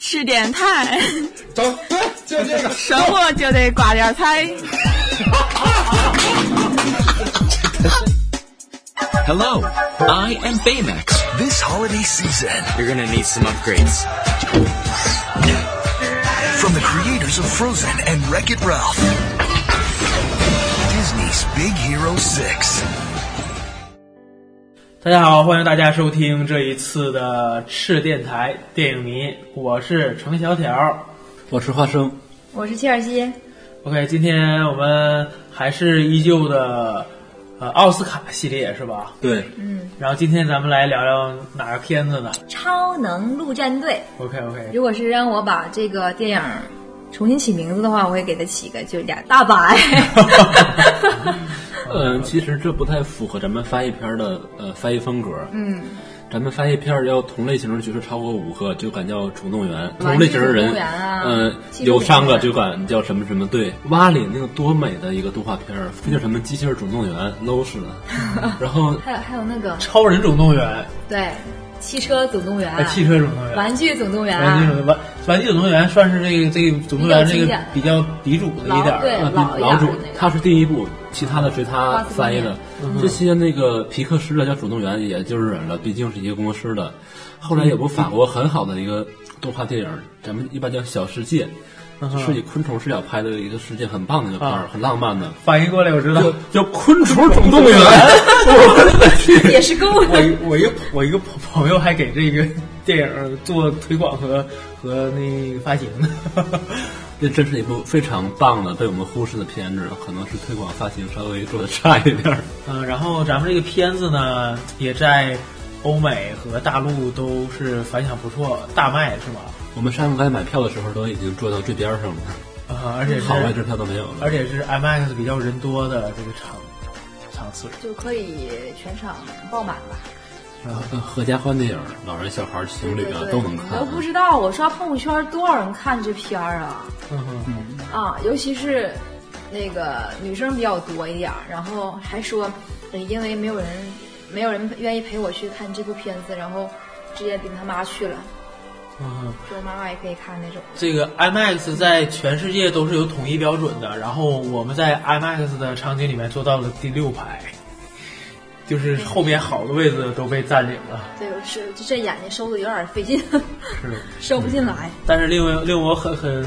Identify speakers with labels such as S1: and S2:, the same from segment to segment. S1: 吃点菜，
S2: 走， 对，就这个。
S1: 生活就得挂点彩。
S3: Hello, I am Baymax.
S4: This holiday season,
S3: You're gonna need some upgrades.
S4: from the creators of Frozen and Wreck It Ralph, Disney's Big Hero 6.
S5: 大家好，欢迎大家收听这一次的赤电台电影迷，我是程小条。
S6: 我吃花生，
S7: 我是切尔西，
S5: OK，今天我们还是依旧的呃奥斯卡系列是吧？
S6: 对，
S5: 然后今天咱们来聊聊哪个片子呢
S7: 《超能陆战队
S5: ？OK》。OK，
S7: 如果是让我把这个电影重新起名字的话，我会给它起个就俩 大白。
S6: 嗯、其实这不太符合咱们翻译片儿的呃翻译风格。嗯，咱们翻译片儿要同类型的角色超过五个，就敢叫总动员；同类型的人，
S7: 玩具总动员啊
S6: 嗯、
S7: 机动
S6: 有三个
S7: 总动
S6: 就
S7: 员
S6: 敢叫什么什么队。蛙里那个多美的一个动画片儿，非叫什么机器人总动员，搂死了。然后
S7: 还有还有那个
S5: 超人总动
S7: 啊
S5: 员、
S7: 对，汽车总动员啊
S5: 哎，，汽车总动员、
S7: 玩具总动员，啊
S5: 玩具总动员玩玩具总动员算是这个这个总动员这
S7: 比较经
S5: 个
S7: 典
S5: 比较鼻祖的一点
S7: 老对
S5: 儿。
S6: 呃
S7: 老一
S6: 老
S7: 点
S6: 主
S7: 的那个
S6: 他是第一部，其他的是他
S7: 花子
S6: 翻译
S7: 公
S6: 的
S7: 园。
S6: 这些那个皮克斯的叫总动员，也就是忍了，毕竟是一个公司的。后来有部法国很好的一个动画电影，咱们一般叫《小世界》，就是以昆虫视角拍的一个世界，很棒的一个片儿
S5: 啊，
S6: 很浪漫的。
S5: 反应过来，我知道。
S6: 叫《昆虫总动员》，我的去！
S7: 也是够
S5: 我
S7: 了。
S5: 一我一个我一个朋 朋友还给这个电影做推广和和那个发行呢。
S6: 这真是一部非常棒的被我们忽视的片子，可能是推广发行稍微做的差一点儿。
S5: 嗯，然后咱们这个片子呢，也在欧美和大陆都是反响不错，大卖是吧？
S6: 我们上个该买票的时候都已经坐到最边儿上了。
S5: 啊、而且是
S6: 好位置他都没有了。
S5: 而且是 IMAX 比较人多的这个场场次。
S7: 就可以全场爆满吧？
S6: 呃合家欢电影，老人、小孩、情侣啊都能
S7: 我
S6: 看
S7: 都
S6: 啊。
S7: 不知道，我刷朋友圈多少人看这片儿啊！
S5: 嗯哼，
S7: 啊，尤其是那个女生比较多一点儿，然后还说，呃因为没有人没有人愿意陪我去看这部片子，然后直接领他妈去了，
S5: 嗯哼，
S7: 说妈妈也可以看那种。
S5: 这个 IMAX 在全世界都是有统一标准的，然后我们在 IMAX 的场景里面做到了第六排，就是后面好的位置都被占领了。
S7: 对，我是这眼睛收的有点费劲，
S5: 是，
S7: 收不进来，
S5: 但是令我令我很很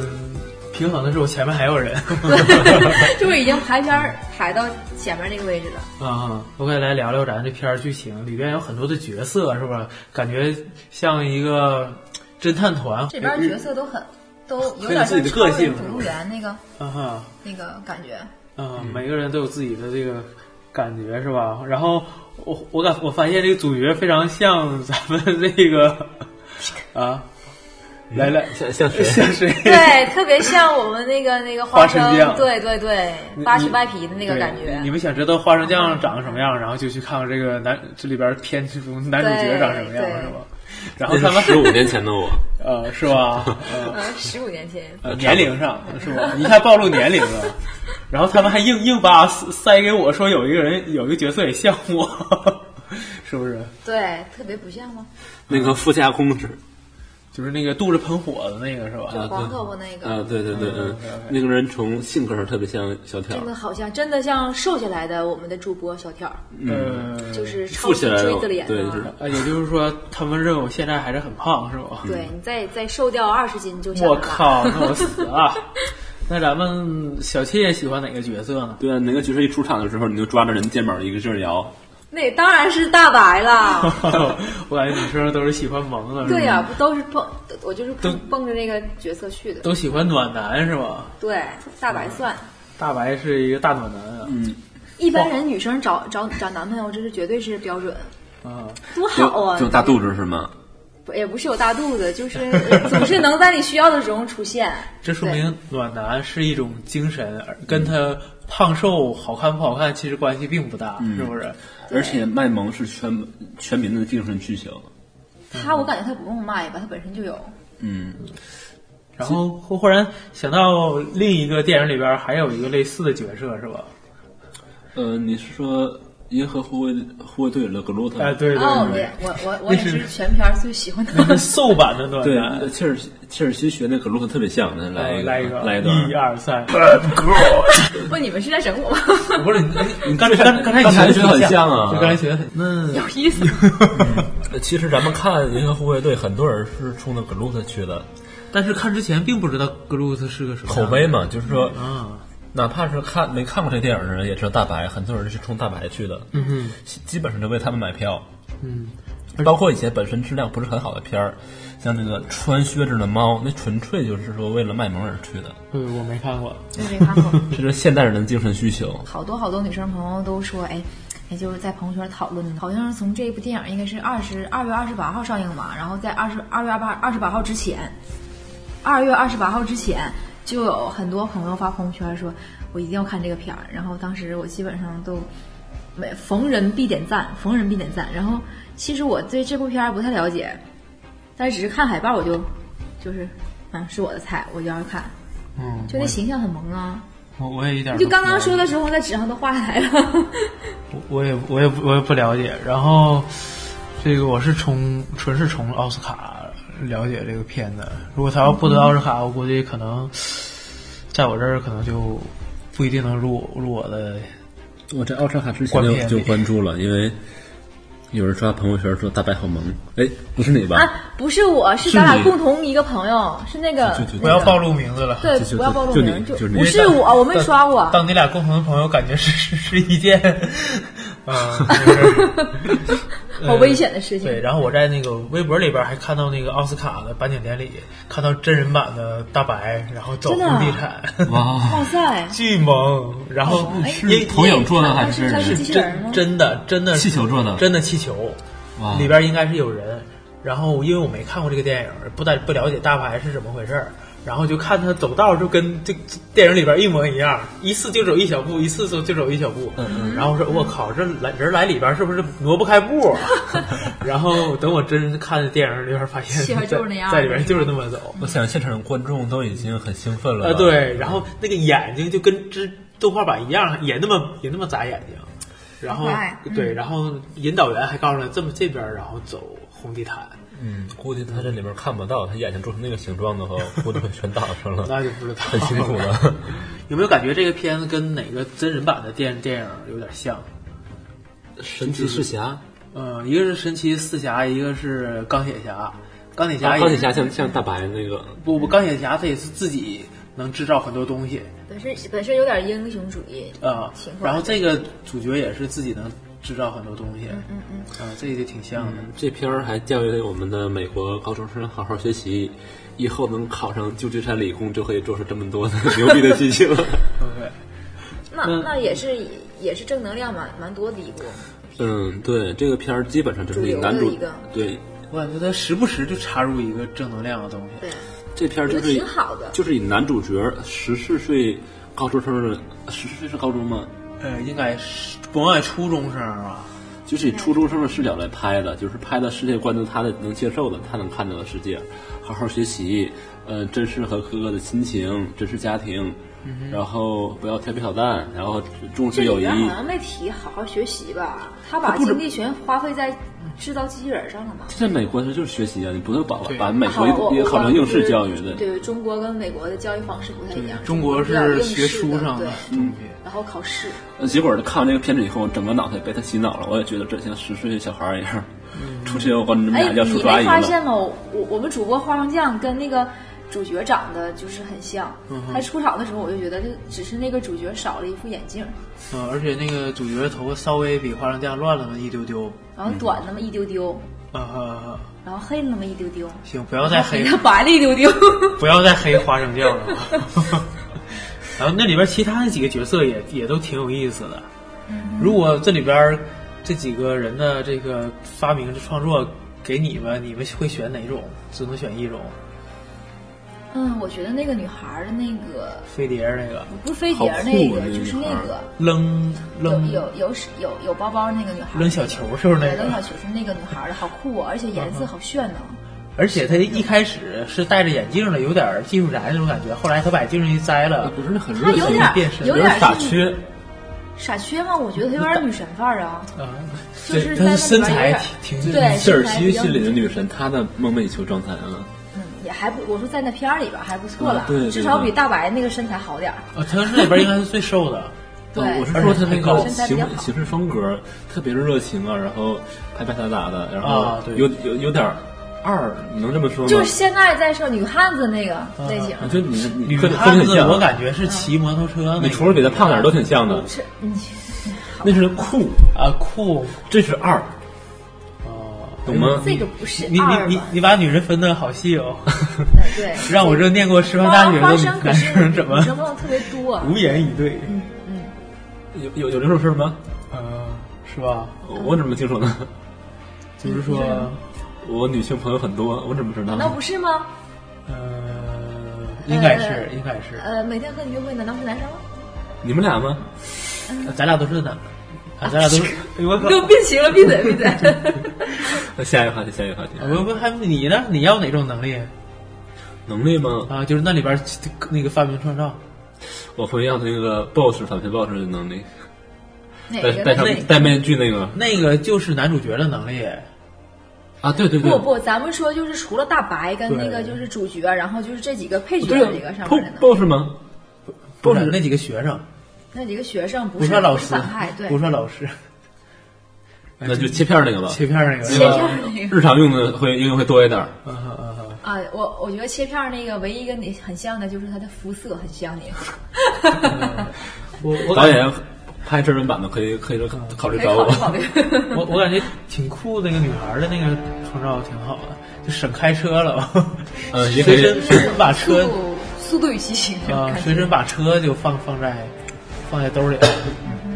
S5: 平衡的是，我前面还有人。 嗯
S7: 就是已经排片儿排到前面那个位置了。
S5: 啊，OK，来聊聊咱这片儿剧情，里边有很多的角色，是吧？感觉像一个侦探团。
S7: 这边儿角色都很都有
S5: 很有
S7: 点
S5: 自己
S7: 像
S5: 哎的个
S7: 超人
S5: 性
S7: 总动员那个
S5: 啊哈，
S7: 那个 感觉。
S5: 嗯，每个人都有自己的这个感觉，是吧？然后我我感我发现这个主角非常像咱们这 个啊，来来
S6: 嗯像像 谁？
S5: 像谁？
S7: 对，特别像我们那个那个
S5: 花
S7: 花
S5: 生
S7: 生，
S5: 酱
S7: 对对对，扒皮扒皮的那个
S5: 对
S7: 感觉。
S5: 你们想知道花生酱长什么样，然后就去看看这个男这里边片中男主角长什么样，
S7: 对
S5: 是吧？然后
S6: 那
S5: 他
S6: 是
S5: 们
S6: 十五年前的我，
S5: 呃是 吧？呃
S7: 呃，十五年前，
S5: 呃，年龄上是吧？一下暴露年龄了，然后他们还硬硬把塞塞给我说有一个人有一个角色也像我， 是不是？
S7: 对，特别不像吗？
S6: 那个富家公 子
S5: 就是那个肚子喷火的那个是吧？
S6: 啊，
S7: 黄头发那
S6: 对啊
S7: 个，，
S6: 对对对，嗯
S5: 嗯，OK，OK，
S6: 那个人从性格上特别像小条
S7: 真，的好像真的像瘦下来的我们的主播小跳儿，
S5: 嗯，
S7: 就是超
S6: 富
S7: 级
S6: 起来
S7: 锥
S6: 了，对，
S7: 子脸
S6: 就
S7: 啊
S6: 是。
S5: 啊，也就是说他们认为我现在还是很胖是吧？
S7: 对你再再瘦掉二十斤就像
S5: 我
S7: 了
S5: 靠，那我死了！ 那咱们小妾喜欢哪个角色呢？
S6: 对啊，哪个角色一出场的时候，你就抓着人肩膀一个劲儿摇，
S7: 那当然是大白 了。
S5: 我感觉女生都是喜欢萌的，是吧
S7: 对呀、不都是蹦，我就是
S5: 嗯都
S7: 蹦着那个角色去的。
S5: 都喜欢暖男是吧？
S7: 对，大白算。
S5: 大白是一个大暖男啊，
S7: 嗯一般人女生找找找男朋友，这是绝对是标准，
S5: 啊，
S7: 多
S6: 就
S7: 好啊！
S6: 就大肚子是吗？
S7: 不也不是有大肚子，就是呃总是能在你需要的时候出现。
S5: 这说
S7: 对
S5: 明暖男是一种精神，而跟他胖瘦、好看不好看其实关系并不大，
S7: 嗯
S5: 是不是？
S6: 而且卖萌是全全民的精神需求，
S7: 他，我感觉他不用卖吧，他本身就有。
S6: 嗯，
S5: 然后忽忽然想到另一个电影里边还有一个类似的角色，是吧？
S6: 呃，你是说银河护卫护卫队勒格鲁特，
S5: 哎，对
S7: 哦，
S5: 对对
S7: 对，我我我也
S5: 那是
S7: 是全片儿最喜欢的。
S5: 那是瘦版的短
S6: 对
S5: 男，，
S6: 切尔西切尔西学那格鲁特特别像，那来
S5: 来
S6: 来
S5: 一个，
S6: 来一
S5: 一
S6: 段，
S5: 二三，
S7: 不，你们是在整我吗？
S5: 不是你你刚才刚刚才
S6: 刚才
S5: 你
S6: 学得很像啊
S5: 就刚才学的很
S7: 有意思。
S6: 呃其实咱们看银河护卫队，很多人是冲着格鲁特去的，
S5: 但是看之前并不知道格鲁特是个什么
S6: 口碑嘛，就是说，
S5: 啊，
S6: 哪怕是看没看过这电影的人，也知道大白，很多人是冲大白去的，
S5: 嗯哼，
S6: 基本上就为他们买票。
S5: 嗯，
S6: 包括以前本身质量不是很好的片儿，像那个《穿靴子的猫》，那纯粹就是说为了卖萌而去的，
S5: 对，嗯我没看过，
S7: 对没看过。
S6: 这是现代人的精神需求。
S7: 好多好多女生朋友都说，哎，也就是在朋友圈讨论，好像是从这部电影应该是二十二月二十八号上映吧，然后在二十二月二八二十八号之前，二月二十八号之前就有很多朋友发朋友圈说，我一定要看这个片儿，然后当时我基本上都没逢人必点赞，逢人必点赞，然后其实我对这部片儿不太了解，但是只是看海报我就就是。嗯，是我的菜，我就要看，
S5: 嗯，
S7: 就那形象很萌啊！
S5: 我我也一点儿
S7: 就
S5: 不
S7: 刚刚
S5: 了解
S7: 说的时候，在纸上都画下来了。
S5: 我也我也不我也不了解。然后这个我是从纯是从奥斯卡了解这个片的。如果他要不得奥斯卡，我估计可能在我这儿可能就不一定能入入我的。
S7: 啊
S6: 我在奥斯卡之前就
S5: 关片
S6: 就关注了，因为有人刷朋友圈说大白好萌，哎，不是你吧？
S7: 啊，不是我，是
S6: 是
S7: 咱俩
S6: 你
S7: 共同一个朋友，是那个
S6: 就就
S5: 不要暴露名字了。
S7: 对
S6: 就，就
S7: 不要暴露
S6: 就
S7: 名，
S6: 你就是你
S7: 不是我，我没刷过。
S5: 当你俩共同的朋友，感觉是是是一件，嗯，就是
S7: 好危险的事情
S5: 呃对，然后我在那个微博里边还看到那个奥斯卡的颁奖典礼，看到真人版的大白，然后走
S7: 真的
S5: 房
S7: 啊哦
S5: 地产，
S6: 哇，
S7: 哇塞，
S5: 巨萌，然后
S7: 哎
S5: 因
S6: 投影做的还
S7: 是它是
S6: 是
S7: 机器人儿吗
S5: 真？真的真的
S6: 气球做的
S5: 真的气球
S6: 哇，
S5: 里边应该是有人。然后因为我没看过这个电影，不太不了解大牌是怎么回事儿，然后就看他走道就跟这这电影里边一模一样，一次就走一小步，一次就就走一小步。嗯嗯。然后我说我靠，这来人来里边是不是挪不开步、 啊？然后等我真看电影里边发现，
S7: 气氛就是那样
S5: 在在里边就是那么走。
S6: 我想现场观众都已经很兴奋了
S5: 啊，对，然后那个眼睛就跟之动画版一样，也那么也那么眨眼睛，然后
S7: 好可爱嗯
S5: 对，然后引导员还告诉他这么这边儿，然后走红地毯，
S6: 嗯，估计他这里面看不到，他眼睛做成那个形状的话，估计全挡上 了，
S5: 那就不知道
S6: 很辛苦。了。
S5: 有没有感觉这个片子跟哪个真人版的电电影有点像？
S6: 神奇是 侠，
S5: 嗯，一个是神奇四侠，一个是钢铁侠。钢铁侠
S6: 哦
S5: 也，
S6: 钢铁侠像像大白那个，
S5: 不不，钢铁侠他也是自己能制造很多东西，
S7: 本身本身有点英雄主义
S5: 啊、
S7: 情况。
S5: 然后这个主角也是自己能制造很多东西，
S7: 嗯嗯，
S5: 啊、这个就挺像的。
S6: 这片儿还教育我们的美国高中生好好学习，以后能考上旧金山理工就可以做出这么多的 牛逼的事情了。
S5: OK，
S7: 那
S5: 嗯
S7: 那也是也是正能量蛮蛮多的一部。
S6: 嗯，对，这个片儿基本上就是
S7: 主
S6: 以
S7: 流的
S6: 男主
S7: 一个
S6: 对，
S5: 我感觉他时不时就插入一个正能量的东西。
S7: 对，
S6: 这片儿就
S7: 我觉
S6: 是
S7: 得
S6: 以
S7: 挺好的
S6: 就是以男主角十四岁高中生的十四岁是高中吗？
S5: 呃，应该是甭管初中生啊吧，
S6: 就是以初中生的视角来拍的，就是拍的世界观就是他的能接受的，他能看到的世界，好好学习，呃，珍视和哥哥的亲情，珍视家庭，然后不要调皮捣蛋，然后重
S7: 这
S6: 视友
S7: 里
S6: 谊
S7: 边。好像没提好好学习吧？他把精力全花费在制造机器人上了嘛？
S6: 在美国，他就是学习啊，你不能把
S5: 对
S6: 把美
S7: 好，
S6: 国
S7: 我
S6: 也
S7: 我
S6: 考成应试教育
S7: 对
S6: 的。
S7: 对中国跟美国的教育方式不太一样。
S5: 中国
S7: 比较
S5: 是
S7: 应
S5: 学
S7: 试的
S5: 书上的
S7: 对，
S5: 东西。
S7: 然后考试。
S6: 呃结果看完这个片子以后，整个脑袋被他洗脑了。我也觉得这像十岁小孩儿一样，出去我管你们
S7: 哎，
S6: 俩
S7: 你
S6: 叫叔
S7: 没
S6: 叔阿姨
S7: 发
S6: 了。
S7: 现吗？我我们主播花生酱跟那个主角长得就是很像。
S5: 嗯
S7: 他出场的时候，我就觉得这只是那个主角少了一副眼镜，
S5: 嗯，而且那个主角头发稍微比花生酱乱了那么一丢丢。
S7: 然后短那么一丢丢，
S5: 啊啊啊！
S7: 然后黑了那么一丢丢，
S5: 行，不 要再黑，
S7: 白了一丢 丢。
S5: 不要再黑花生酱了。 然后那里边其他那几个角色也也都挺有意思的。
S7: 嗯
S5: 如果这里边这几个人的这个发明创作给你们，你们会选哪种？只能选一种，
S7: 嗯，我觉得那个女孩儿的那个
S5: 飞碟那个
S7: 不是飞碟
S6: 好
S7: 儿
S6: 酷
S7: 那
S6: 啊那
S7: 个，
S6: 个
S7: 就是
S6: 女
S7: 那
S6: 孩儿
S7: 个
S5: 扔
S7: 有
S5: 扔
S7: 有有手有有包包那个女孩儿，
S5: 扔小球是不是那
S7: 对，
S5: 个
S7: 扔小球是那个女孩儿的，好酷啊！而且颜色好炫呢。
S5: 而且他一开始是戴着眼镜的，有点儿技术宅那种感觉。后来他把眼镜一摘了，
S6: 不是很
S7: 她
S6: 热
S7: 有
S5: 情
S7: 点儿
S5: 变身
S7: 有
S6: 有
S7: 点
S6: 点
S7: 儿
S6: 傻
S7: 是
S6: 缺，
S7: 傻缺吗？我觉得她有点女神范儿啊，
S5: 啊，
S7: 就是
S6: 她是
S7: 在
S6: 身
S7: 那里边
S6: 材
S7: 有点
S5: 挺挺
S7: 对
S6: 谢尔
S7: 身材
S6: 西
S7: 比较
S6: 系里的女神，她的梦寐以求状态啊，
S7: 嗯，也还不，我说在那片儿里边还不错了
S6: 嗯，对对
S7: 至少
S6: 对
S7: 比大白那个身材好点儿。
S5: 啊，她是里边应该是最瘦的。
S7: 对
S6: 啊我是说她那个
S7: 身材比较
S6: 行
S7: 好
S6: 行事风格特别热情啊，然后拍拍打打的，然后
S5: 啊对
S6: 有有有点儿二，你能这么说吗？
S7: 就是现在在说女汉子那个类型，
S6: 我觉得你你
S5: 女
S6: 特
S5: 汉
S6: 很
S5: 子，
S6: 像，
S5: 我感觉是
S7: 嗯
S5: 骑摩托车那个。
S6: 你除了比她胖点儿都挺像的，
S7: 是嗯，
S6: 那是酷，
S5: 啊酷
S6: 这是二，
S5: 啊，
S6: 懂吗？
S7: 这个不是
S5: 哎你你
S7: 二
S5: 你
S7: 吧？呃
S5: 你把女人分的好细哦，
S7: 对，
S5: 让我这念过师范大
S7: 花
S5: 学的
S7: 花生可
S5: 男
S7: 是
S5: 生怎么
S7: 女生梦特别多，啊
S5: 无言以对？
S6: 有有有这种事儿吗？
S5: 嗯，是吧？
S6: 我怎么听说呢？
S5: 就是说，
S6: 我女性朋友很多，我怎么知道？
S7: 难道不是吗？
S5: 嗯，应该是应该是，
S7: 呃，每天和你约会难道是男生吗？
S6: 你们俩吗？
S7: 嗯
S5: 咱俩都是男的，啊，咱俩都是。哎我靠！
S7: 给我变形了，闭嘴 闭嘴。
S6: 那呃下一个话题，下一个话题。
S5: 我不还你呢？你要哪种能力
S6: 能力吗？
S5: 啊？就是那里边那个发明创造，
S6: 我会要那个 boss 反派 boss 的能力，
S7: 哪
S6: 戴
S7: 个
S6: 戴
S7: 哪
S6: 上戴面具那个
S5: 那个就是男主角的能力。
S6: 啊，对对对
S7: 不，不，咱们说就是除了大白跟
S5: 对
S7: 那个就是主角，然后就是这几个配角
S6: 对
S7: 的这个上面的呢
S6: bo- boss 吗？
S5: 不是
S6: 不是
S5: 那几个学生，
S7: 那几个学生不
S5: 不
S7: 是
S5: 算老
S7: 不是
S5: 师
S7: 反派，，对，
S5: 不算老师， 哎
S6: 那就哎切片儿那个吧，
S5: 切片儿那
S7: 切
S5: 个。
S7: 片儿那个
S6: 日常用的会应该会多一点儿。
S5: 嗯哼嗯哼，
S7: 啊，我我觉得切片儿那个唯一跟你很像的就是他的肤色很像 你，
S5: 我我
S6: 导演拍真人版的可以可以考虑
S7: 可以
S6: 找
S7: 考
S6: 我
S7: 虑。考虑。
S5: 我我感觉挺酷的，那个女孩的那个创造挺好的，就省开车了，
S6: 嗯也可
S5: 随
S6: 以
S5: 身随身把车
S7: 速度速度与激情
S5: 啊，随身把车就放放在放在兜里了。
S7: 嗯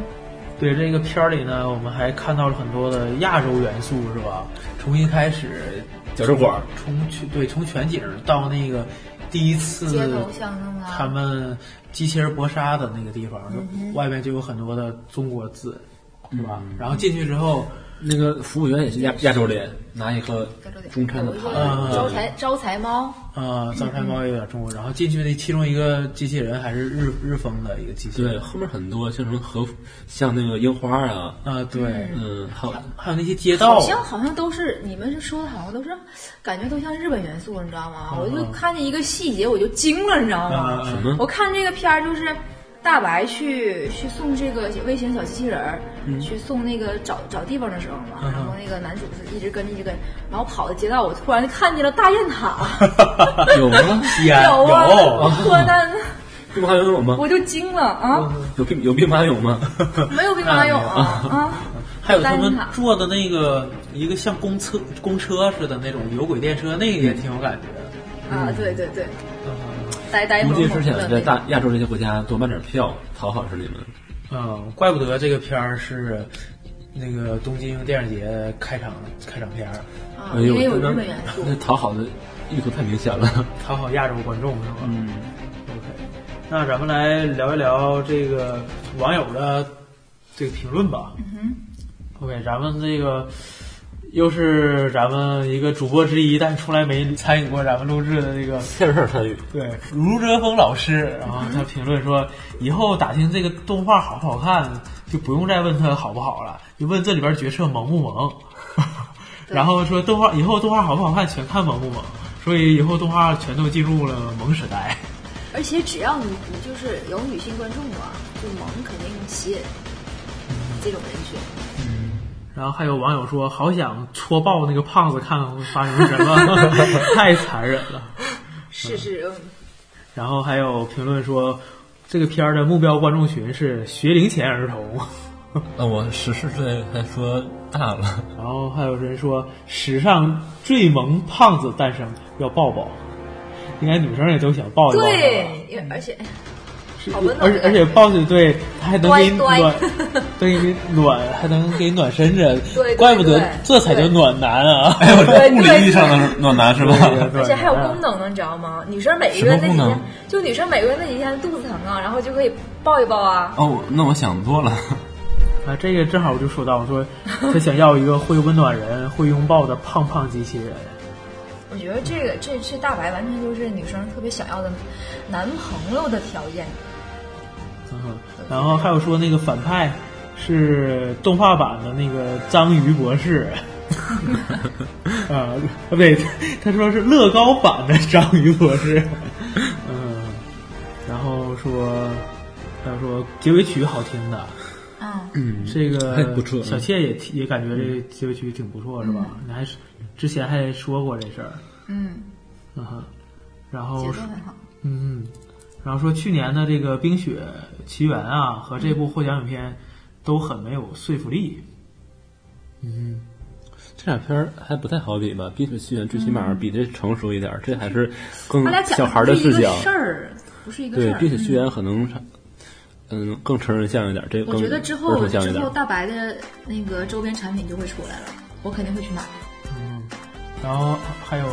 S5: 对这个片儿里呢，我们还看到了很多的亚洲元素，是吧？从一开始
S6: 小酒馆儿，
S5: 从全对从全景到那个第一次
S7: 街头巷弄啊
S5: 他们机器人搏杀的那个地方，
S7: 嗯
S5: 外面就有很多的中国字，对吧？然后进去之后，
S6: 那个服务员也是啊亚亚洲脸，拿一个中餐的
S5: 啊
S6: 盘，
S7: 有一个招财招财猫，
S5: 呃，招财猫有点中国，然后进去的其中一个机器人还是日日风的一个机器人
S6: 对，，后面很多像什么和像那个樱花啊，
S5: 啊、对，
S6: 嗯，还有
S5: 还有那些街
S7: 好
S5: 道，
S7: 像好像都是你们是说的，好像都是感觉都像日本元素，你知道吗？我就看见一个细节我就惊了，你知道吗？
S5: 嗯
S6: 什么
S7: 我看这个片儿就是大白去去送这个微型小机器人儿、
S5: 嗯
S7: 去送那个找找地方的时候嘛，然后那个男主是一直跟一直跟，然后跑的街道，我突然看见了大雁 塔，
S6: 有吗？
S5: 西安
S7: 有啊，
S5: 有
S7: 我那
S6: 兵马俑有吗？
S7: 我就惊了啊，
S6: 有兵有兵马俑 吗？
S7: 没有兵马俑啊
S5: 嗯
S7: 啊，
S5: 还有他
S7: 单
S5: 们
S7: 塔
S5: 坐的那个一个像公车公车似的那种有轨电车，那个也挺有感觉的。
S7: 啊，对对对，
S5: 嗯
S7: 呆呆
S6: 估
S7: 萌
S6: 计
S7: 萌
S6: 是想
S7: 的
S6: 在
S7: 那个，
S6: 大亚洲这些国家多卖点票，讨好一下你们。
S5: 嗯，怪不得这个片儿是那个东京电影节开场开场片儿，
S7: 啊
S6: 哎
S7: 因
S6: 呦，
S7: 为有
S6: 真
S7: 日
S6: 的
S7: 本元素。
S6: 那讨好的意图太明显了。
S5: 讨好亚洲观众是吧？嗯，OK，那咱们来聊一聊这个网友的这个评论吧。嗯 OK，咱们这个又是咱们一个主播之一，但是从来没参与过咱们录制的这 个
S6: 现事参与，
S5: 对，卢哲峰老师，然后他评论说，以后打听这个动画好不好看，就不用再问他好不好了，就问这里边角色萌不萌。 然后说动画以后动画好不好看，全看萌不萌。所以以后动画全都进入了萌时代。
S7: 而且只要你你就是有女性观众啊，就萌肯定吸引这种人群。
S5: 然后还有网友说，好想戳爆那个胖子，看看会发生什么， 太残忍了。
S7: 是是，嗯
S5: 然后还有评论说，这个片儿的目标观众群是学龄前儿童。
S6: 那呃我十四岁还说大了，
S5: 然后还有人说史上最萌胖子诞生，要抱抱。应该女生也都想抱一抱吧，
S7: 对，因为而且
S5: 是
S7: 好温暖
S5: 而且而且抱起对，它还能给你
S7: 端一
S5: 暖
S7: 端，
S5: 对，给你暖，还能给你暖身子，
S7: 对对
S5: 怪不得
S7: 对
S5: 这才叫暖男啊！
S6: 哎呦，这
S7: 对
S6: 物理意义上的暖男是吧？
S7: 而且还有功能呢，你知道吗？女生每个月
S6: 什么
S7: 那
S6: 功
S7: 几
S6: 能
S7: 天，就女生每个月那几天肚子疼啊，然后就可以抱一抱啊。
S6: 哦，那我想多了。
S5: 啊，这个正好我就说到，我说他想要一个会温暖人、会拥抱的胖胖机器人。
S7: 我觉得这个这这大白完全就是女生特别想要的男朋友的条件。
S5: 嗯，然后还有说那个反派是动画版的那个章鱼博士， 啊，不对，他说是乐高版的章鱼博士，嗯，然后说，他说结尾曲好听的，
S7: 啊，
S6: 嗯
S5: 这个
S6: 还不错嗯
S5: 小妾也提也感觉这个结尾曲挺不错，是吧？你还是之前还说过这事儿，
S7: 嗯，
S5: 嗯哼，然
S7: 节
S5: 后
S7: 奏很好。
S5: 嗯，然后说去年的这个《冰雪奇缘》啊，和这部获奖影片都很没有说服力。
S6: 这俩片儿还不太好比吧，《冰雪奇缘》最起码比这成熟一点儿，这还是更
S7: 他俩讲
S6: 小孩儿的
S7: 不是
S6: 视
S7: 一
S6: 角
S7: 个。事儿，不是一个
S6: 对
S7: 事，
S6: 《
S7: 儿。
S6: 冰雪奇缘》可能，嗯，更成人向一点儿，这个
S7: 我
S6: 更
S7: 觉得之后
S6: 儿童向一
S7: 之
S6: 点
S7: 后
S6: 儿。
S7: 大白的那个周边产品就会出来了，我肯定会去买。
S5: 然后还有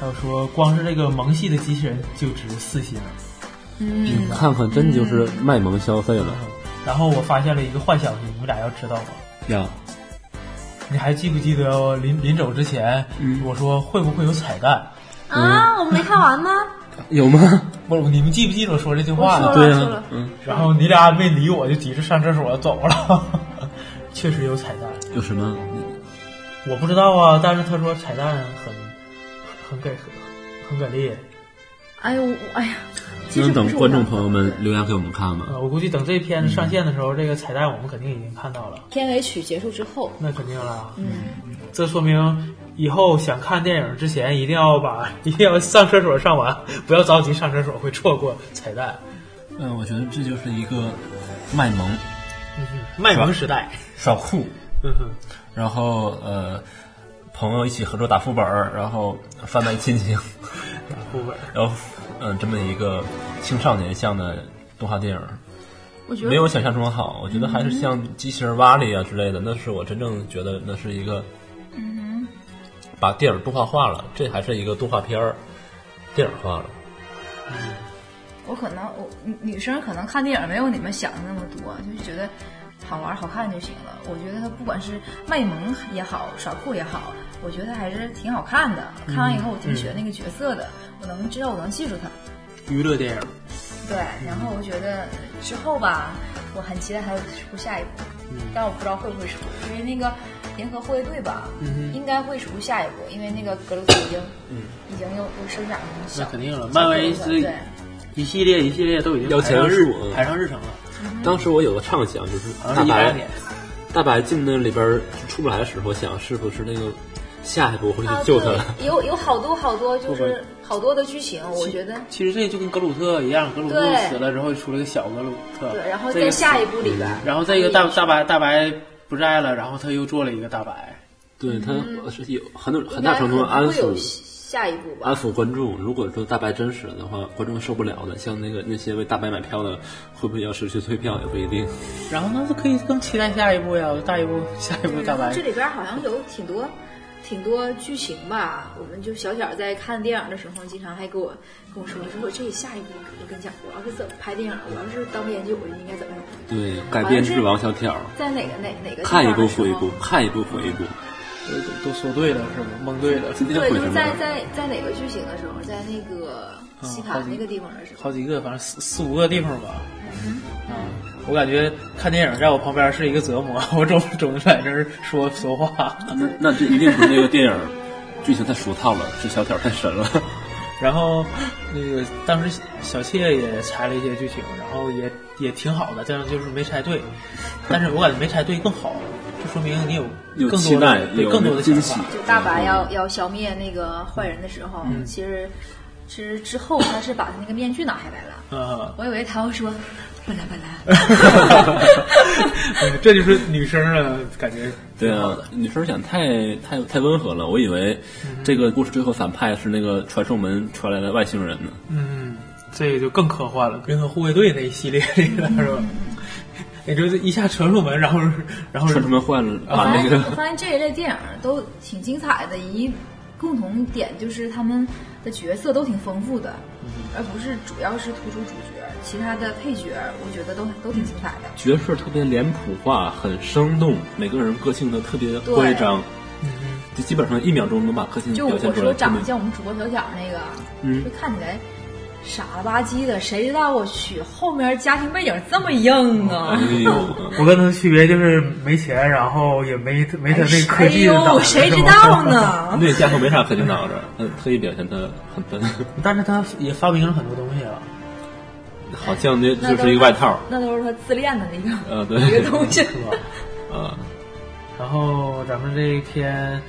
S5: 还有说，光是这个萌系的机器人就值四星。
S7: 嗯
S6: 你看看，真就是卖萌消费了。
S5: 嗯然后我发现了一个幻想题，你们俩要知道吗？
S6: 呀，
S5: 你还记不记得临临走之前，
S7: 嗯
S5: 我说会不会有彩蛋？
S7: 啊，我们没看完吗？
S6: 有吗？
S5: 我你们记不记得我说这句
S7: 我
S5: 话
S7: 说
S5: 呢？
S6: 对
S7: 了说
S6: 呀
S7: 了，，
S6: 嗯，
S5: 然后你俩没理我，就急着上厕所走了。 确实有彩蛋。
S6: 有什么？
S5: 我不知道啊，但是他说彩蛋很很给很给力，
S7: 哎呦，我哎呀，其实
S6: 能
S7: 不
S6: 等
S7: 是我
S6: 观众
S7: 想
S6: 朋友们留言给我们看吗？
S5: 呃，我估计等这片子上线的时候，这个彩蛋我们肯定已经看到了，
S7: 片尾曲结束之后，
S5: 那肯定了。
S7: 嗯，
S5: 这说明以后想看电影之前，一定要把 一定要上厕所上完，不要着急上厕所，会错过彩蛋。
S6: 嗯，我觉得这就是一个卖萌、
S5: 卖萌时代，
S6: 耍酷，
S5: 嗯哼，
S6: 然后呃，朋友一起合作打副本儿，然后贩卖亲情，
S5: 副本
S6: 然后嗯，这么一个青少年向的动画电影，
S7: 我觉
S6: 没
S7: 得
S6: 有想象中的好。我觉得还是像机器人瓦力啊之类的，那是我真正觉得那是一个，
S7: 嗯
S6: 把电影动画化了，这还是一个动画片儿，电影化了。
S7: 我可能我女女生可能看电影没有你们想的那么多，就是觉得好玩好看就行了。我觉得它不管是卖萌也好，耍酷也好，我觉得还是挺好看的。看完以后我挺喜欢那个角色的，我能知道我能记住他。
S5: 娱乐电影，
S7: 对，然后我觉得之后吧，我很期待它出下一部，
S5: 嗯
S7: 但我不知道会不会出，因为那个银河护卫队吧，
S5: 嗯
S7: 应该会出下一部，因为那个格鲁特已经，已经又又生长很小，
S5: 那肯定了
S7: 小
S5: 漫威
S7: 格鲁特
S5: 是
S7: 对，
S5: 一系列一系列都已
S6: 摇
S5: 经
S6: 钱树嗯
S5: 排上日程了，
S6: 当时我有个畅想，就是
S5: 好
S6: 大
S5: 嗯像是一
S6: 白
S5: 八年。
S6: 大白进那里边儿出不来的时候，想是不是那个下一步会去
S7: 啊，
S6: 救他？
S7: 对，有有好多好多，就
S5: 不
S7: 是好多的剧情，我觉得
S5: 其实这就跟格鲁特一样，格鲁特
S7: 对
S5: 死了之后出了个小格鲁特，
S7: 对，然后
S5: 这个
S7: 在下一部里边，
S5: 然后再一个大大白大白不在了，然后他又做了一个大白，
S6: 对他是有很多很
S7: 嗯应
S6: 大
S7: 该
S6: 程度上安
S7: 会有
S6: 抚
S7: 下一部吧
S6: 安。抚观众。如果说大白真死了的话，观众受不了的，像那个那些为大白买票的，会不会要失去退票也不一定。
S5: 然后那就可以更期待下一部呀，大一部下一部大
S7: 然后
S5: 白
S7: 这，里边好像有挺多挺多剧情吧，我们就小小在看电影的时候，经常还跟我跟我说，说我这下一部我跟你讲，我要是怎么拍电影，我要是当编剧，我就应该怎么怎么，
S6: 对，改编
S7: 好像
S6: 自
S7: 是
S6: 王小挑，
S7: 在哪个哪哪个地
S6: 看一
S7: 方
S6: 部
S7: 的时
S6: 毁一部
S7: 候，，
S6: 看一部毁一部。
S5: 呃都都说对了是吗？蒙对了，
S6: 今天
S7: 对，
S6: 毁什
S7: 就是
S6: 么
S7: 在
S6: 了？
S7: 在在哪个剧情的时候，在那个西
S5: 嗯好
S7: 塔
S5: 几
S7: 那个地方的时 候，
S5: 好几个，反正四四五个地方吧。啊，我感觉看电影在我旁边是一个折磨， 我总总在这儿说说话。
S6: 那那这一定是那个电影剧情太俗套了，是小挑太神 了。
S5: 然后那个当时小妾也猜了一些剧情，然后也也挺好的，但是就是没猜对。但是我感觉没猜对更好，这说明你有
S6: 有
S5: 更
S6: 期
S5: 多
S6: 待
S5: 的，对
S6: 有
S5: 更多的
S6: 惊
S5: 想
S6: 喜啊
S5: 法。。
S7: 就大白要要消灭那个坏人的时候，
S6: 嗯
S7: 其实其实之后他是把他那个面具拿下来了。
S5: 嗯，
S7: 我以为他要说，不啦不啦，
S5: 嗯这就是女生的感觉。
S6: 对啊，女生想太太太温和了，我以为
S7: 嗯
S6: 这个故事最后反派是那个传送门传来的外星人呢。
S5: 嗯，这个就更科幻了，银河护卫队那一系列里了，是吧？也就是一下传入门，然后然后
S6: 传送门坏了， 把
S7: 反
S6: 那
S7: 正我
S6: 个
S7: 发现这一类电影都挺精彩的，一共同点就是他们的角色都挺丰富的，
S6: 嗯
S7: 而不是主要是突出主角，其他的配角我觉得都都挺精彩的。
S6: 角色特别脸谱化，很生动，每个人个性都特别乖张，就基本上一秒钟能把个性
S7: 就
S6: 表
S7: 我
S6: 现出
S7: 说
S6: 来。
S7: 长
S6: 特
S7: 得
S6: 别
S7: 像我们主播小蒋那个，
S6: 嗯
S7: 就看起来傻了吧唧的，谁知道我去后面家庭背景这么硬啊
S6: 哎！呦，
S5: 我跟他的区别就是没钱，然后也没没他那科
S7: 哎
S5: 技的脑
S7: 呦，
S5: 袋
S7: 谁知
S5: 是吧
S7: 道？ 呢？
S6: 那家伙没啥可劲脑子，嗯，特意表现他很笨，
S5: 但是他也发明了很多东西啊了。
S6: 好像那
S7: 那
S6: 就
S7: 都
S6: 是一个外套，
S7: 那都是他自恋的那个、
S6: 呃，对，
S7: 一个东西。
S5: 是吧？
S6: 啊，
S5: 然后咱们这一篇，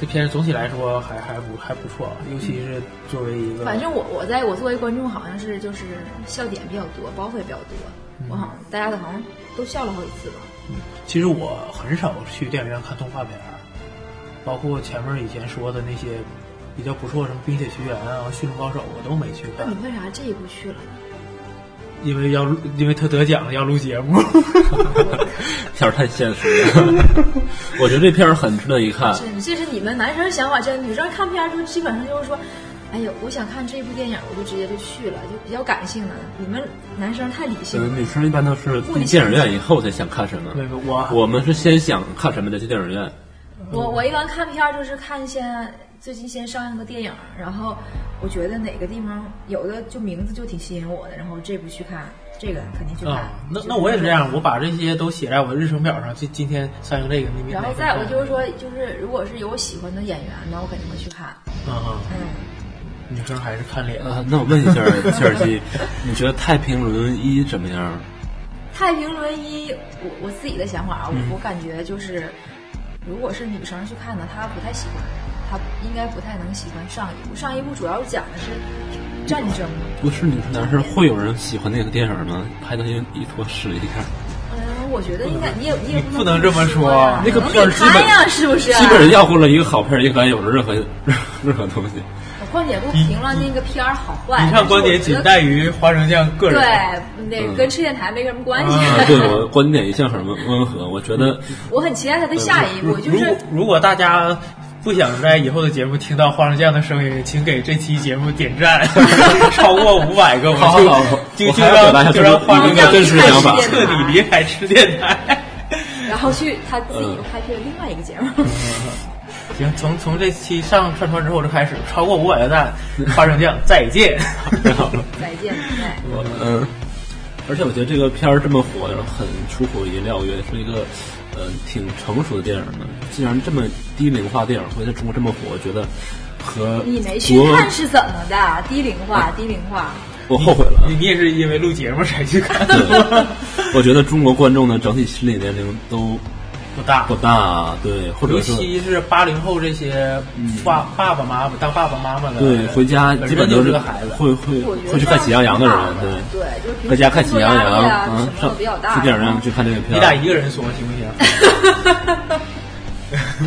S5: 这篇总体来说还还不还不错，尤其是作为一个，
S7: 反正我我在我作为观众好像是就是笑点比较多，包袱也比较多，
S5: 嗯
S7: 我好像大家好像都笑了好几次吧。
S5: 其实我很少去电影院看动画片儿，包括前面以前说的那些比较不错，什么《冰雪奇缘》啊、《驯龙高手》，我都没去
S7: 那
S5: 看
S7: 你，为啥这一部去了呢？
S5: 因为要录因为他得奖了要录节 目。
S6: 片儿太现实了， 我觉得这片儿很值得一看，
S7: 真是，这是你们男生想法真的，女生看片儿就基本上就是说，哎呦，我想看这部电影，我就直接就去了，就比较感性的。你们男生太理性
S6: 呃，
S7: 了。
S6: 女生一般都是进电影院以后才想看什么，
S5: 那个我
S6: 我们是先想看什么再去电影院，
S7: 我我一般看片儿就是看先最近先上映的电影，然后我觉得哪个地方有的就名字就挺吸引我的，然后这部去看，这个肯定去看。
S5: 啊、那那我也是这样，我把这些都写在我的日程表上，今今天上映这个，明天
S7: 然后
S5: 那个
S7: 再我就是说，就是如果是有我喜欢的演员，那我肯定会去看。
S5: 啊、
S7: 嗯，
S5: 嗯，女生还是看脸。
S6: 呃，那我问一下切尔 西，你觉得《太平轮一》怎么样？
S7: 《太平轮一》，我我自己的想法啊，我我感觉就是，如果是女生去看呢，她不太喜欢，她应该不太能喜欢上一部。上一部主要讲的是战争，
S6: 不是女生男生会有人喜欢那个电影吗？拍的一一坨屎一样，
S7: 嗯，我觉得应该你也你也
S5: 不能这么说
S7: 呀
S5: 那
S6: 啊个
S7: 能
S6: 片儿
S7: 给
S6: 基本
S7: 拍呀，是不是？啊
S6: 基本上要过了一个好片儿，也敢有 任何任何东西。
S7: 我况且不评论那个片儿好坏，
S5: 以上观点仅在于花生酱个人。
S7: 对，那跟吃电台没什么关系。
S6: 嗯啊，嗯对我观点一向很温温和，我觉得
S7: 我很期待他的下一
S6: 嗯
S7: 步，就
S5: 如
S7: 是
S5: 果如果大家不想在以后的节目听到花生酱的声音，请给这期节目点 赞，超过五百个，我
S6: 好
S5: 就
S6: 好好
S5: 就
S6: 我
S5: 就
S6: 还要表达一下
S5: 让就
S6: 这个
S5: 让花生酱
S7: 真实想法
S5: 彻底离开吃电台。
S7: 然后去他自己
S6: 嗯
S7: 开辟了另外一个节目。
S5: 行，从从这期上上传之后就开始，超过五百个赞，花生酱 再见。
S7: 再见，哎，
S6: 我嗯，而且我觉得这个片儿这么火，然后很出乎意料，也是一个呃挺成熟的电影呢。既然这么低龄化电影会在中国这么火，我觉得和
S7: 你没去
S6: 国
S7: 看是怎么的？低龄化，低龄化。
S6: 我后悔了
S5: 你。你也是因为录节目才去看的，
S6: 对我觉得中国观众的整体心理年龄都
S5: 不大
S6: 不大，对，或
S5: 尤
S6: 者说嗯
S5: 其是八零后这些爸爸爸妈妈当爸爸妈妈的，
S6: 对回家
S5: 本
S6: 基
S5: 身
S6: 本都
S5: 就是个孩子。
S6: 会会
S7: 我觉得
S6: 会去看《喜羊羊》的人，对，
S7: 对，就是平时
S6: 在家看《喜羊
S7: 工
S6: 羊
S7: 作压力》啊
S6: 嗯，
S7: 什么
S6: 上
S7: 的比较大。
S6: 去电影院去看这个片
S5: 你
S6: 儿。
S5: 俩一个人说行不 行？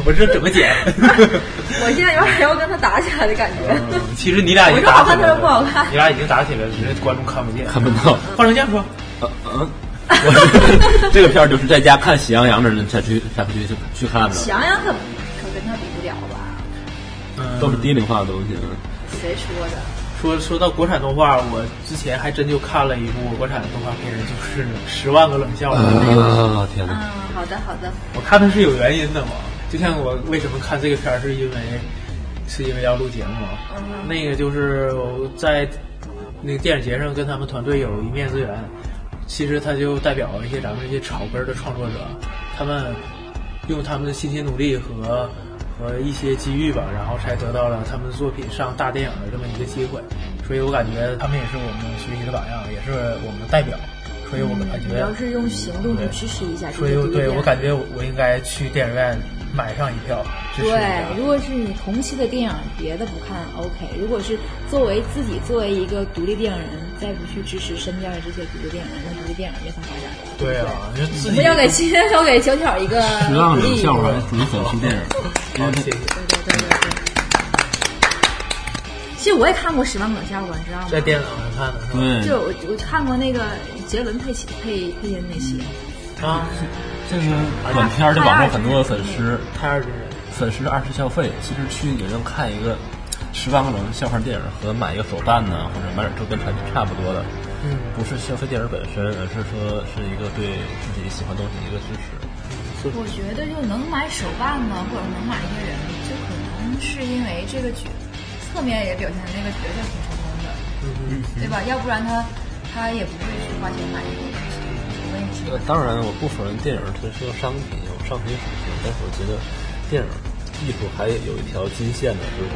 S5: 我这怎么剪？
S7: 我现在有点要跟他打起来的感觉。
S6: 嗯
S5: 嗯其实你俩已经
S7: 我说
S5: 打
S7: 好
S5: 起
S7: 看
S5: 来
S7: 他说不好
S5: 了
S7: 看，
S5: 你俩已经打起来了，只是观众看不见。
S6: 看不到，
S5: 换成这样说，
S6: 呃嗯，我 这个片儿就是在家看《喜羊羊》的人才去才去去去看的，
S7: 喜羊羊可可跟他比不了吧？
S5: 嗯
S6: 都是低龄化的东西。
S7: 谁说的？
S5: 说说到国产动画，我之前还真就看了一部国产动画片，就是《十万个冷笑话》。
S6: 啊天
S7: 嗯
S6: 哪！，
S7: 好的好的。
S5: 我看它是有原因的嘛，就像我为什么看这个片儿，是因为是因为要录节目嘛。
S7: 嗯
S5: 那个就是我在那个电影节上跟他们团队有一面之缘，其实他就代表一些咱们这些草根儿的创作者，他们用他们的辛勤努力和和一些机遇吧，然后才得到了他们的作品上大电影的这么一个机会。所以我感觉他们也是我们学习的榜样，也是我们的代表。所以我感觉
S7: 嗯主要是用行动去支持一下这
S5: 所以
S7: 个
S5: 我
S7: 这个
S5: 对
S7: 电
S5: 我
S7: 影
S5: 感觉我我应该去电影院买上一票支持一下
S7: 对，如果是你同期的电影，别的不看 OK；如果是作为自己作为一个独立电影人，再不去支持身边的这些独立电影人，那独立电影没法发展了。
S5: 对啊，因为自己
S7: 我们要给新生要给小巧一个
S6: 十
S7: 鼓
S6: 万冷
S7: 励。
S6: 笑话属于粉丝电影，
S5: 好谢谢。
S7: 对对对对对。其实我也看过《十万冷笑话》，你知道
S5: 在
S7: 吗？
S5: 电脑上看的是吧？
S6: 对
S7: 就，我我看过那个杰伦配起配配音那期，
S5: 啊，
S6: 这个
S5: 嗯
S6: 短片儿在网上很多粉丝
S5: 太二真人，
S6: 粉丝二次消费，其实去影院看一个十万个冷笑话电影和买一个手办呢，或者买点周边产品差不多的，
S5: 嗯，
S6: 不是消费电影本身，而是说是一个对自己喜欢东西的一个支持。
S7: 我觉得就能买手办的，或者能买一个人，就可能是因为这个角侧面也表现那个角色挺成功的，对吧？要不然他他也不会去花钱买一个东西。我也是
S8: 呃当然，我不否认电影它是个商品，有商品属性，但是我觉得电影艺术还有一条金线的，就是说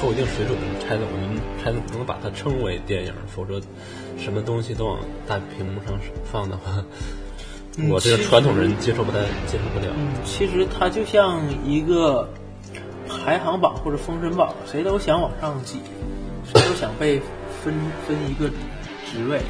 S8: 够一定水准的拆了，我们拆了不能把它称为电影，否则什么东西都往大屏幕上放的话，
S5: 嗯
S8: 我这个
S5: 其实
S8: 传统人接受不太接受不了。
S5: 嗯，其实它就像一个排行榜或者封神榜，谁都想往上挤，谁都想被分分一个职位。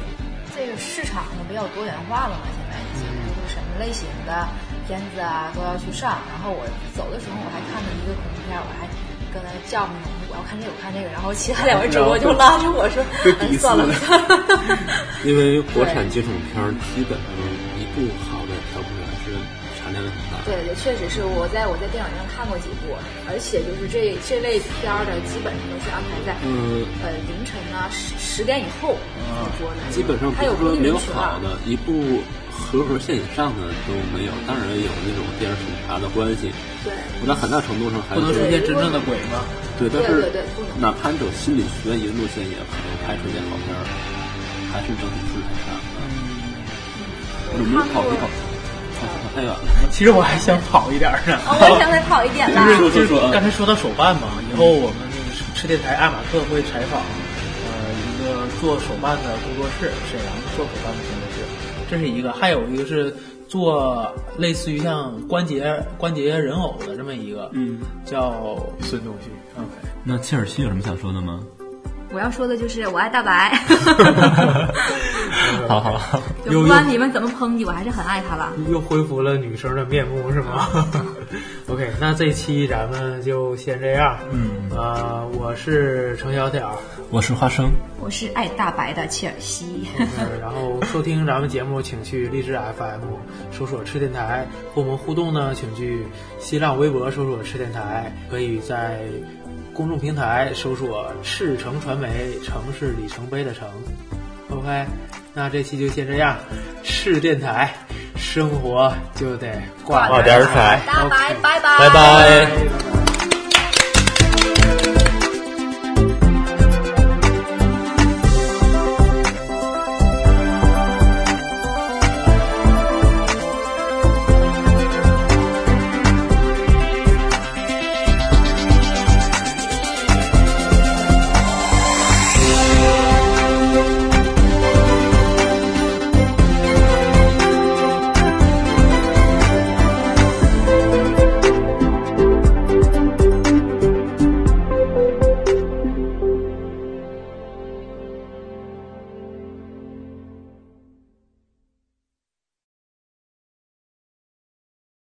S7: 这个市场呢比较多元化了嘛，现在已经就是什么类型的片子啊都要去上。然后我走的时候我还看了一个恐怖片，我还跟他叫唤我我要看这个我看这个，然后其他两位主播就拉着我说
S5: 被，鄙
S7: 嗯 算了
S5: 视了
S7: 算了。
S6: 因为国产惊悚片儿基本上一部好的调不出来，是产量很大。
S7: 对对，确实是我在我在电影院看过几部，而且就是这这类片儿的基本上都是安排在、
S6: 嗯，啊
S7: 呃凌晨啊十十点以后播的，
S6: 基本上不
S7: 还有
S6: 是说
S7: 固定
S6: 没有
S7: 群
S6: 好
S7: 啊
S6: 的，一部合格线以上的都没有。当然有那种电视审查的关系，
S7: 对。
S6: 但很大程度上还是
S7: 出现真正的
S5: 鬼嘛。
S6: 对，但
S7: 对
S6: 是
S7: 对对不能
S6: 哪怕走心理学一个路线，也可能拍出一些好片儿，还是整体质量差。我们跑题
S7: 嗯
S6: 跑跑太远了，
S9: 其实我还想好一点儿呢。
S5: 啊
S7: 哦，我想再跑一点啦。
S6: 说说说
S9: 刚才说到手办嘛，以后我们那个赤电台爱马特会采访呃一个做手办的工作室，沈阳做手办的工作室，这是一个；还有一个是做类似于像关节关节人偶的这么一个，嗯，叫孙东旭。OK，
S6: 那切尔西有什么想说的吗？
S7: 我要说的就是我爱大白，
S8: 好好好，
S7: 就不管你们怎么抨击，我还是很爱他了。
S5: 又恢复了女生的面目是吗？OK，那这期咱们就先这样。嗯，啊、我是程小小，
S6: 我是花生，
S7: 我是爱大白的切尔 西，
S5: 嗯然后收听咱们节目，请去荔枝 FM 搜索“吃电台”，和我们互动呢，请去新浪微博搜索“吃电台”，可以在公众平台搜索“赤城传媒”，城是里程碑的城。OK，那这期就先这样，赤电台，生活就得挂
S8: 挂点儿彩
S5: 彩。
S7: 大白拜拜
S8: 拜拜。
S5: 拜拜